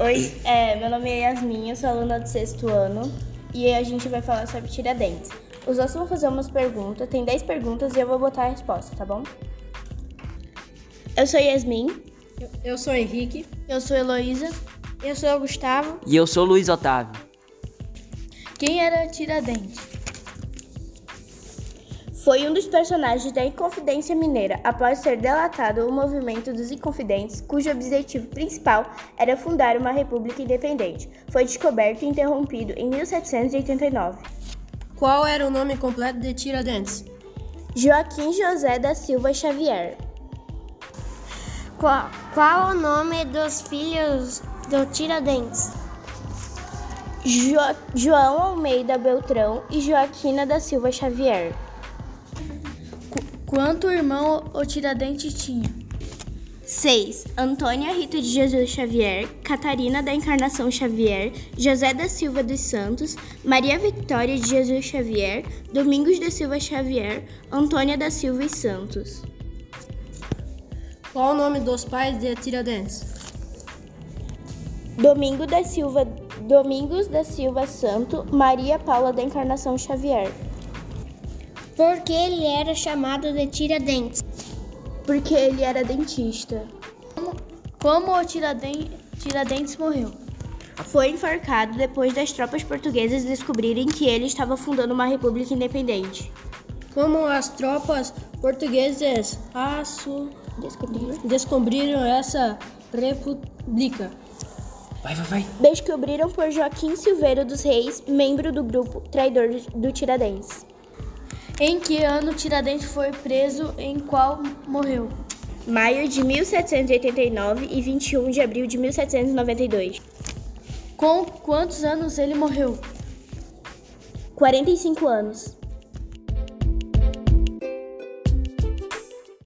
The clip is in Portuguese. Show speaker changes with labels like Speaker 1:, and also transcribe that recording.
Speaker 1: Oi, é, meu nome é Yasmin, eu sou aluna do sexto ano e a gente vai falar sobre Tiradentes. Os outros vão fazer umas perguntas, tem 10 perguntas e eu vou botar a resposta, tá bom? Eu sou Yasmin.
Speaker 2: Eu sou Henrique.
Speaker 1: Eu sou Heloísa. Eu sou o Gustavo.
Speaker 3: E eu sou Luiz Otávio.
Speaker 1: Quem era Tiradentes? Foi um dos personagens da Inconfidência Mineira, após ser delatado o movimento dos Inconfidentes, cujo objetivo principal era fundar uma república independente. Foi descoberto e interrompido em 1789.
Speaker 2: Qual era o nome completo de Tiradentes?
Speaker 1: Joaquim José da Silva Xavier.
Speaker 4: Qual, qual o nome dos filhos do Tiradentes?
Speaker 1: Jo João Almeida Beltrão e Joaquina da Silva Xavier.
Speaker 5: Quanto irmão o Tiradentes tinha?
Speaker 1: 6. Antônia Rita de Jesus Xavier, Catarina da Encarnação Xavier, José da Silva dos Santos, Maria Victória de Jesus Xavier, Domingos da Silva Xavier, Antônia da Silva e Santos.
Speaker 2: Qual o nome dos pais de Tiradentes?
Speaker 1: Domingo da Silva, Domingos da Silva Santo, Maria Paula da Encarnação Xavier.
Speaker 4: Por que ele era chamado de Tiradentes?
Speaker 1: Porque ele era dentista.
Speaker 5: Como, como o Tiraden, Tiradentes morreu?
Speaker 1: Foi enforcado depois das tropas portuguesas descobrirem que ele estava fundando uma república independente.
Speaker 2: Como as tropas portuguesas assu...
Speaker 1: Descobriram?
Speaker 2: descobriram essa república?
Speaker 3: Vai, vai, vai.
Speaker 1: Descobriram por Joaquim Silveiro dos Reis, membro do grupo traidor do Tiradentes.
Speaker 5: Em que ano Tiradentes foi preso e em qual morreu?
Speaker 1: Maio de 1789 e 21 de abril de 1792.
Speaker 5: Com quantos anos ele morreu?
Speaker 1: 45 anos.